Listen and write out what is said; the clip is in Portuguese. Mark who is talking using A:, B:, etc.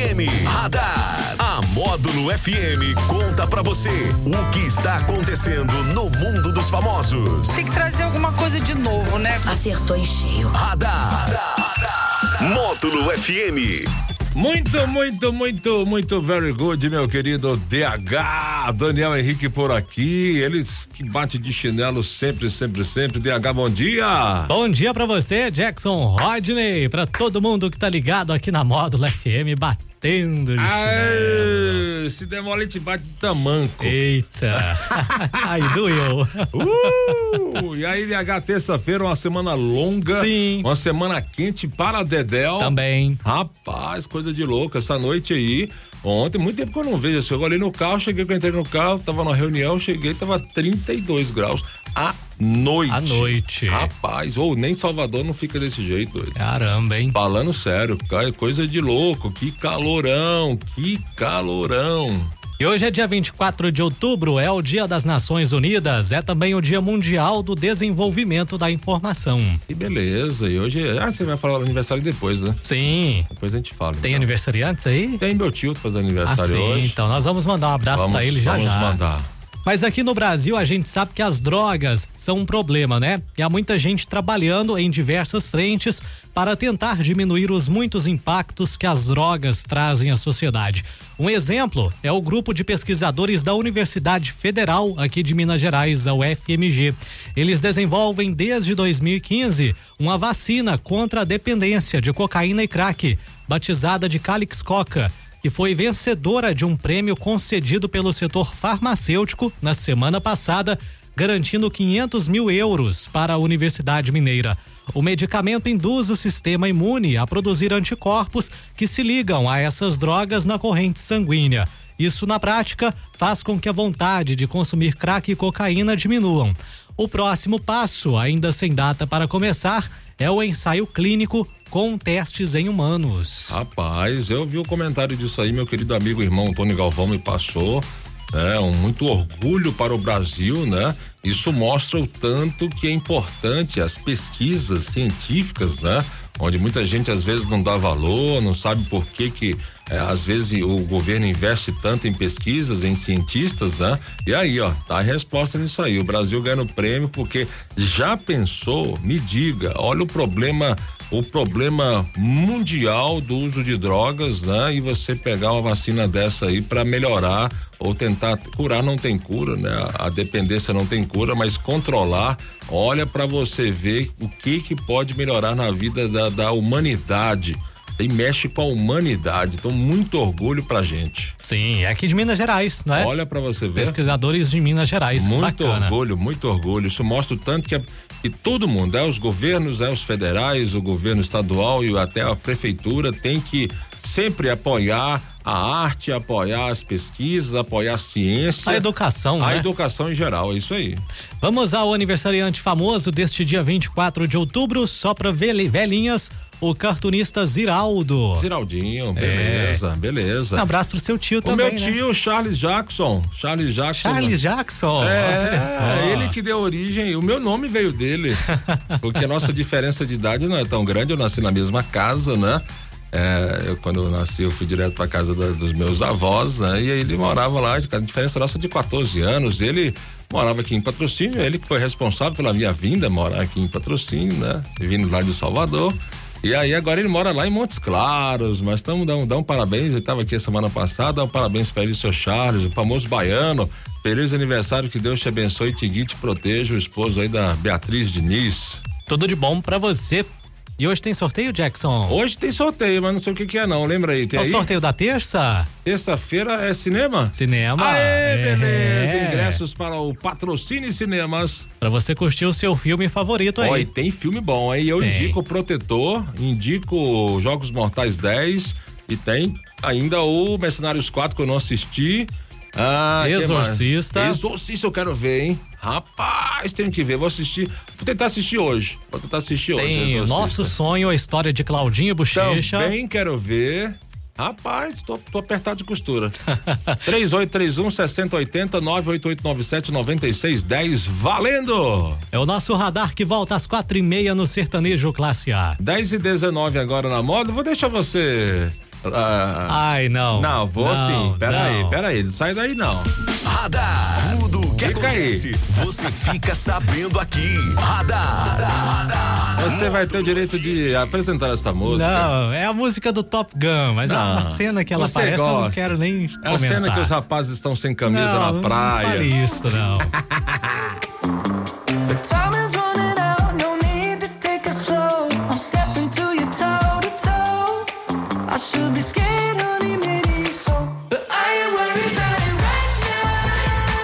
A: FM. Radar. A Módulo FM conta pra você o que está acontecendo no mundo dos famosos.
B: Tem que trazer alguma coisa de novo, né?
C: Acertou em cheio.
A: Radar. Módulo FM.
D: Muito, muito, muito, muito very good, meu querido DH. Daniel Henrique por aqui. Eles que bate de chinelo sempre, sempre, sempre. DH, bom dia.
E: Bom dia pra você, Jackson Rodney, pra todo mundo que tá ligado aqui na Módulo FM, batendo de chinelo.
D: Aê, se demole, te bate de tamanco.
E: Eita! Aí doeu.
D: Uh, e aí, DH, terça-feira, uma semana longa.
E: Sim.
D: Uma semana quente para Dedel.
E: Também.
D: Rapaz, coisa de louco. Essa noite aí, ontem, muito tempo que eu não vejo. assim, Eu olhei no carro, cheguei, que eu entrei no carro, tava numa reunião, cheguei, tava 32 graus à noite.
E: À noite.
D: Rapaz, ou nem Salvador não fica desse jeito. doido.
E: Caramba, hein?
D: Falando sério, cara, coisa de louco. Que calorão, que calorão.
E: E hoje é dia 24 de outubro, é o Dia das Nações Unidas, é também o Dia Mundial do Desenvolvimento da Informação.
D: Que beleza. E hoje. Ah, você vai falar do aniversário depois, né?
E: Sim.
D: Depois a gente fala.
E: Tem
D: então.
E: aniversariantes aí?
D: Tem meu tio fazendo
E: Ah,
D: aniversário
E: sim,
D: hoje.
E: então nós vamos mandar um abraço
D: vamos
E: pra ele já
D: vamos
E: já.
D: mandar.
E: Mas aqui no Brasil a gente sabe que as drogas são um problema, né? E há muita gente trabalhando em diversas frentes para tentar diminuir os muitos impactos que as drogas trazem à sociedade. Um exemplo é o grupo de pesquisadores da Universidade Federal aqui de Minas Gerais, a UFMG. Eles desenvolvem desde 2015 uma vacina contra a dependência de cocaína e crack, batizada de Calix Coca e foi vencedora de um prêmio concedido pelo setor farmacêutico na semana passada, garantindo 500 mil euros para a Universidade Mineira. O medicamento induz o sistema imune a produzir anticorpos que se ligam a essas drogas na corrente sanguínea. Isso, na prática, faz com que a vontade de consumir crack e cocaína diminuam. O próximo passo, ainda sem data para começar, é o ensaio clínico com testes em humanos.
D: Rapaz, eu vi o comentário disso aí, meu querido amigo e irmão Antônio Galvão me passou. É, um muito orgulho para o Brasil, né? Isso mostra o tanto que é importante as pesquisas científicas, né? Onde muita gente às vezes não dá valor, não sabe por que que é, às vezes o governo investe tanto em pesquisas, em cientistas, né? E aí, ó, tá a resposta nisso aí. O Brasil ganha o prêmio porque já pensou, me diga, olha o problema, o problema mundial do uso de drogas, né? E você pegar uma vacina dessa aí para melhorar ou tentar curar não tem cura, né? A dependência não tem cura, mas controlar, olha para você ver o que que pode melhorar na vida da, da humanidade e mexe com a humanidade. Então, muito orgulho pra gente.
E: Sim, é aqui de Minas Gerais, não é?
D: Olha pra você ver.
E: Pesquisadores de Minas Gerais,
D: Muito
E: bacana.
D: orgulho, muito orgulho. Isso mostra o tanto que, é- que todo mundo, é os governos, é os federais, o governo estadual e até a prefeitura tem que sempre apoiar a arte, apoiar as pesquisas, apoiar a ciência,
E: A educação,
D: a
E: né?
D: educação em geral. É isso aí.
E: Vamos ao aniversariante famoso deste dia 24 de outubro, só pra veli- velhinhas, o cartunista Ziraldo.
D: Ziraldinho, beleza, beleza.
E: Um abraço pro seu tio
D: o
E: É. também,
D: meu
E: né?
D: tio, Charles Jackson. Charles Jackson.
E: Charles Jackson. olha só.
D: É, ele que deu origem, o meu nome veio dele. Porque a nossa diferença de idade não é tão grande, eu nasci na mesma casa, né? É, eu, quando eu nasci, eu fui direto pra casa da- dos meus avós, né? E aí ele morava lá, a diferença nossa é de 14 anos. Ele morava aqui em Patrocínio, ele que foi responsável pela minha vinda morar aqui em Patrocínio, né? Vindo lá de Salvador. E aí agora ele mora lá em Montes Claros, mas estamos dando dá um parabéns, ele estava aqui a semana passada, dá um parabéns para ele, seu Charles, o famoso baiano. Feliz aniversário, que Deus te abençoe, te guie, te proteja, o esposo aí da Beatriz Diniz.
E: Tudo de bom pra você. E hoje tem sorteio, Jackson?
D: Hoje tem sorteio, mas não sei o que que é não, lembra aí, tem
E: É o
D: aí?
E: sorteio da terça?
D: Terça-feira é cinema?
E: Cinema.
D: Aê, beleza,
E: É.
D: ingressos para o Patrocínio Cinemas.
E: Pra você curtir o seu filme favorito aí.
D: Ó, e tem filme bom, aí eu
E: Tem.
D: indico o Protetor, indico Jogos Mortais 10 e tem ainda o Mercenários 4 que eu não assisti. Ah, que
E: Exorcista.
D: mais? Exorcista eu quero ver, hein? Rapaz, tenho que ver, vou assistir, vou tentar assistir hoje, vou tentar assistir hoje.
E: Tem o
D: Exorcista.
E: Nosso Sonho, a história de Claudinho Bochecha.
D: Também quero ver. Rapaz, tô, tô apertado de costura. 3831 6080 98897 9610. Valendo!
E: É o nosso radar que volta às quatro e meia no Sertanejo Classe A.
D: 10 e 19 agora na moda. Vou deixar você Ah,
E: Ai, não.
D: não, vou
E: Não,
D: sim. Pera
E: não.
D: aí, pera aí. Não sai daí, não.
A: Radar. Tudo o que
D: Fica aí.
A: acontece, você fica sabendo aqui. radar.
D: Você vai ter o direito de apresentar essa música.
E: Não, é a música do Top Gun, mas a,
D: Não.
E: a cena que ela
D: Você
E: aparece eu não
D: gosta.
E: quero nem
D: É
E: comentar.
D: a cena que os rapazes estão sem camisa
E: não,
D: na praia.
E: Não fale isso, não.
C: Time is running